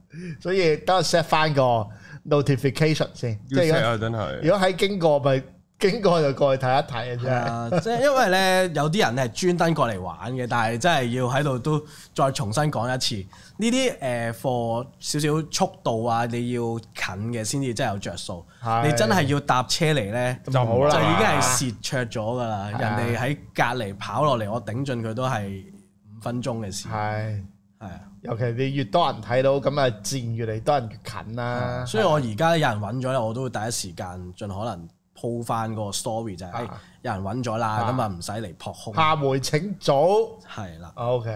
S2: 所以等我 set 翻個 notification 先。即
S1: 要
S2: 係
S1: check
S2: 如果
S1: 啊，真係
S2: 如果喺經過咪經過就過去睇一睇嘅
S3: 係
S2: 啫。
S3: 啊，即係因為咧，有啲人係專登過嚟玩嘅，但係真係要喺度都再重新講一次，呢啲誒貨少少速度啊，你要近嘅先至真係有着數。
S2: 係
S3: 你真係要搭車嚟咧，就
S1: 就唔好
S3: 已
S1: 啦
S3: 經係蝕灼咗㗎啦。
S2: 係
S3: 人
S2: 啊
S3: 哋喺隔離跑落嚟，我頂盡佢都係五分鐘嘅事。係
S2: 係，
S3: 啊。
S2: 尤其你越多人睇到，咁啊自然越嚟多人越近啦。
S3: 所以我而家有人揾咗咧，我都會第一時間盡可能鋪翻個 story 就係、
S2: 啊
S3: 哎有人揾咗啦，
S2: 啊
S3: 咁啊唔使嚟撲空，
S2: 下回請早。
S3: 係啦
S2: OK。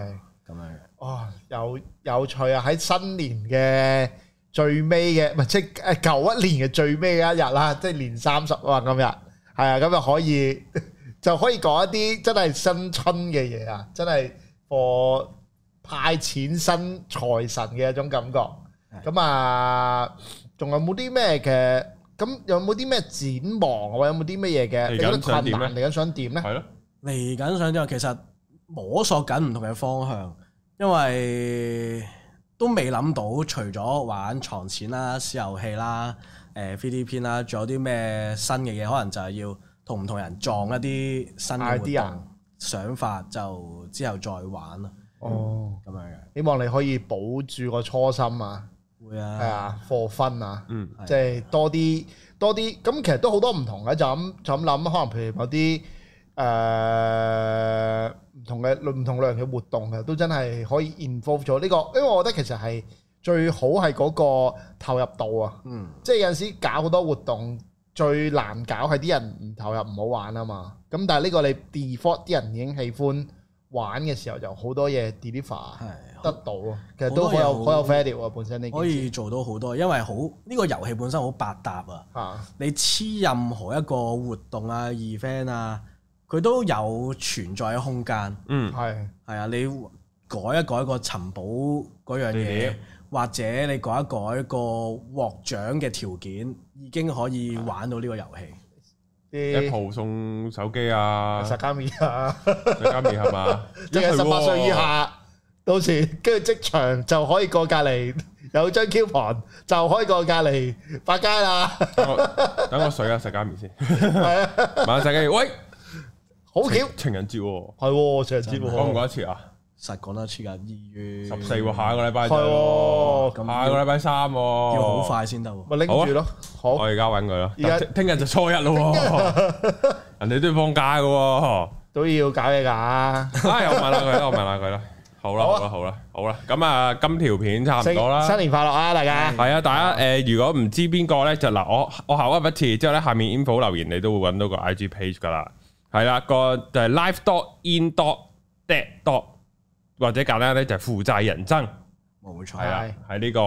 S3: 咁樣。
S2: 哦，有有趣啊！喺新年嘅最尾嘅，唔係即係誒舊一年嘅最尾嘅一日啦，即係年三十啊嘛，今日係啊，咁就可以 就可以講一啲真係新春嘅嘢啊，真係貨派錢新財神嘅一種感覺。咁啊，仲有冇啲咩嘅？咁有冇啲咩展望啊？或者有冇啲乜嘢嘅？
S1: 嚟緊
S2: 你覺得
S1: 想
S2: 困
S1: 點
S2: 難？你緊想點咧？
S1: 係咯，
S3: 嚟緊想之後，其實摸索緊唔同嘅方向，因為都未諗到，除咗玩床錢啦、私遊戲啦、呃誒 3D 片啦，仲有啲咩新嘅嘢，可能就係要同唔同人撞一啲新嘅活
S2: Idea
S3: 動想法，就之後再玩啦，
S2: 哦，
S3: 咁樣嘅
S2: 希望你可以保住個初心啊！
S3: 會啊，
S2: 係啊，課分啊，
S1: 嗯
S3: 係
S2: 即係多啲多啲，咁其實都好多唔同嘅，就咁就咁諗，可能譬如某啲誒唔同嘅唔同類型嘅活動，其實都真係可以 involve 咗呢個，因為我覺得其實係最好係嗰個投入度啊，
S3: 嗯。
S2: 即係有陣時搞好多活動最難搞係啲人唔投入唔好玩啊嘛，咁但係呢個你 default 啲人已經喜歡玩嘅時候，就好多嘢 deliver
S3: 係
S2: 得到啊，其實都好有好有 value 啊，本身呢件
S3: 可
S2: 事。
S3: 以做到好多，因為好呢、個遊戲本身好百搭啊！
S2: 啊，
S3: 你黐任何一個活動啊、event 啊，佢都有存在嘅空間。
S1: 嗯，
S2: 係
S3: 係啊，你改一改個尋寶嗰樣
S1: 地
S3: 嘢
S1: 點，
S3: 或者你改一改個獲獎嘅條件，已經可以玩到呢個遊戲。
S2: 啲
S1: Apple 送手機啊，
S2: 實加面啊，
S1: 再加面係嘛，
S2: 即係
S1: 一係
S2: 十八
S1: 喎
S2: 歲以下，到時跟住即場就可以過隔離，有張 coupon 就可以過隔離百佳啦，
S1: 等我等我水下石加面先，
S2: 係啊，
S1: 晚石加面，喂，
S2: 好巧
S1: 情情人節喎，
S2: 係喎，成日知
S1: 講唔
S2: 喎，
S1: 講一次啊？
S3: 實講得出㗎，二月
S1: 十四喎，下個禮拜就
S2: 係喎
S1: 喎下個禮拜三喎，
S3: 要好快先得喎。
S1: 哦
S2: 咪拎住咯，好
S1: 我而家揾佢咯。
S2: 而家
S1: 但聽日就初一咯喎， 人哋都要放假嘅喎。
S2: 都要搞嘢㗎，
S1: 啊，又問下佢啦，我問下佢啦。好啦，
S2: 好
S1: 好
S2: 啊
S1: 啦，好啦，好啦。咁啊，今條片差唔
S2: 新
S1: 多啦。
S2: 新年快樂啊，大家，
S1: 係啊，大家诶，如果唔知邊個咧，就嗱，我我口噏一次之後咧，下面 info 留言你都會揾到個 IG page 噶啦。係啦，個就係 live dot in dot dead dot，或者簡單咧就係負債人生。
S3: 冇錯
S1: 係
S3: 啊，
S1: 啊
S2: 係，
S1: 喺呢個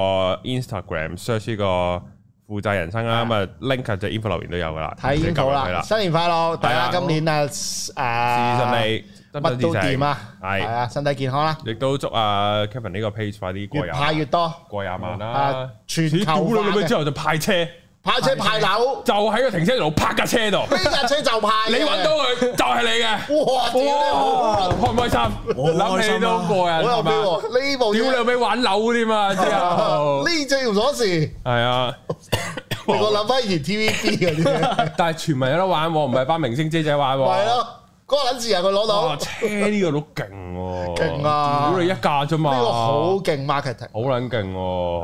S1: Instagram search 呢個負債人生啦，咁啊 link 啊就 info 留言都有噶啦，
S2: 睇煙
S1: 到
S2: 好啦，新年快樂，大家今年啊
S1: 事
S2: 誒
S1: 實你
S2: 乜都掂，啊，
S1: 係
S2: 係啊，身體健康啦，
S1: 亦都祝啊 Kevin 呢個 page 快啲過
S2: 越
S1: 廿
S2: 派越多，
S1: 過廿萬啦
S2: 啊，全球化
S1: 屌你老味
S2: 嘅
S1: 之後就派車，
S2: 派車派樓。
S1: 就喺個停車場度泊架 車度，
S2: 呢架車就派嘅
S1: 你揾到佢就係你嘅，
S2: 哇！屌你好
S1: 哇，開唔開心？
S3: 好開
S1: 諗
S3: 心啊
S1: 起都過
S2: 好
S1: 癮，係
S2: 有 feel
S1: 嘛？
S2: 喎！呢部
S1: 屌你
S2: 嘢
S1: 老味玩樓添 啊，之後
S2: 呢隻條鎖匙，
S1: 係啊。
S2: 令我諗翻以前 TVB 嗰啲嘢，
S1: 但係全民有得玩喎，唔係班明星姐姐玩喎。
S2: 咪係咯，嗰個撚字啊佢攞
S1: 哇！
S2: 到，
S1: 車呢個都勁喎，
S2: 勁啊
S1: 屌你一架啫嘛，
S2: 呢個好勁 marketing，
S1: 好撚勁喎！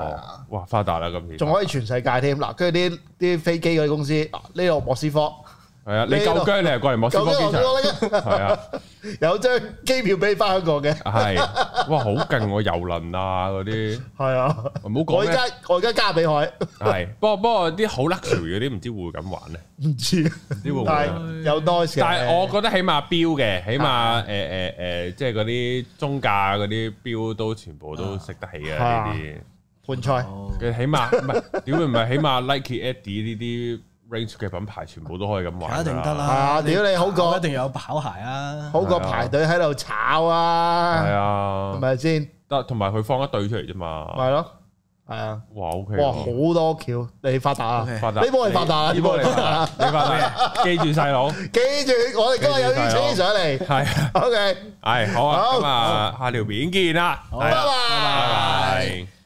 S1: 哇，發達啦咁年，
S2: 仲可以全世界添。嗱，跟住啲啲飛機嗰啲公司，啊呢度莫斯科，
S1: 係啊！你
S2: 呢度
S1: 夠姜，你係過嚟莫斯
S2: 究
S1: 科
S2: 竟
S1: 機
S2: 莫斯
S1: 場，
S2: 科呢？
S1: 係啊，
S2: 有張機票俾你翻香港嘅，
S1: 係哇，好勁喎！遊輪啊嗰啲，
S2: 係啊！
S1: 唔好
S2: 我
S1: 講
S2: 而
S1: 咩，
S2: 家我而家加比海，
S1: 係不過不過啲好 luxury 嗰啲唔知會唔會咁玩咧，
S2: 唔知，
S1: 唔知會唔會
S2: 但
S1: 啊？
S2: 係有 noise 嘅。
S1: 但係我覺得起碼標嘅，起
S2: 啊
S1: 碼誒誒誒，即係嗰啲中價嗰啲標都全部
S2: 啊
S1: 都食得起嘅呢啲。
S2: 盤菜
S3: 好
S1: 佢起碼唔係屌，唔係起碼 Nike、Adi 呢啲 range 嘅品牌，全部都可以咁玩㗎。
S3: 一定得
S2: 係
S3: 啦。
S2: 啊屌你好過
S3: 一定有跑鞋啊！
S2: 好過排隊喺度炒啊
S1: 係，
S2: 係
S1: 啊，
S2: 咪先？
S1: 得同埋佢放一對出嚟啫
S2: 咪
S1: 嘛。
S2: 係咯，係啊，
S1: 哇，OK，
S2: 哇好多橋，你發達啊！
S3: OK
S1: 發達
S2: 呢波你發達啊
S1: 呢波你
S2: 呢波
S1: 發
S2: 你發達
S1: 達
S2: 啊，
S1: 你發達，記住細佬，
S2: 記住我哋今日有啲車上嚟
S1: 係啊，
S2: ，OK。
S1: 係好啊，
S2: 好
S1: 咁啊，下條片見啦，
S3: 好
S1: 係啦
S2: 拜拜
S1: 拜拜。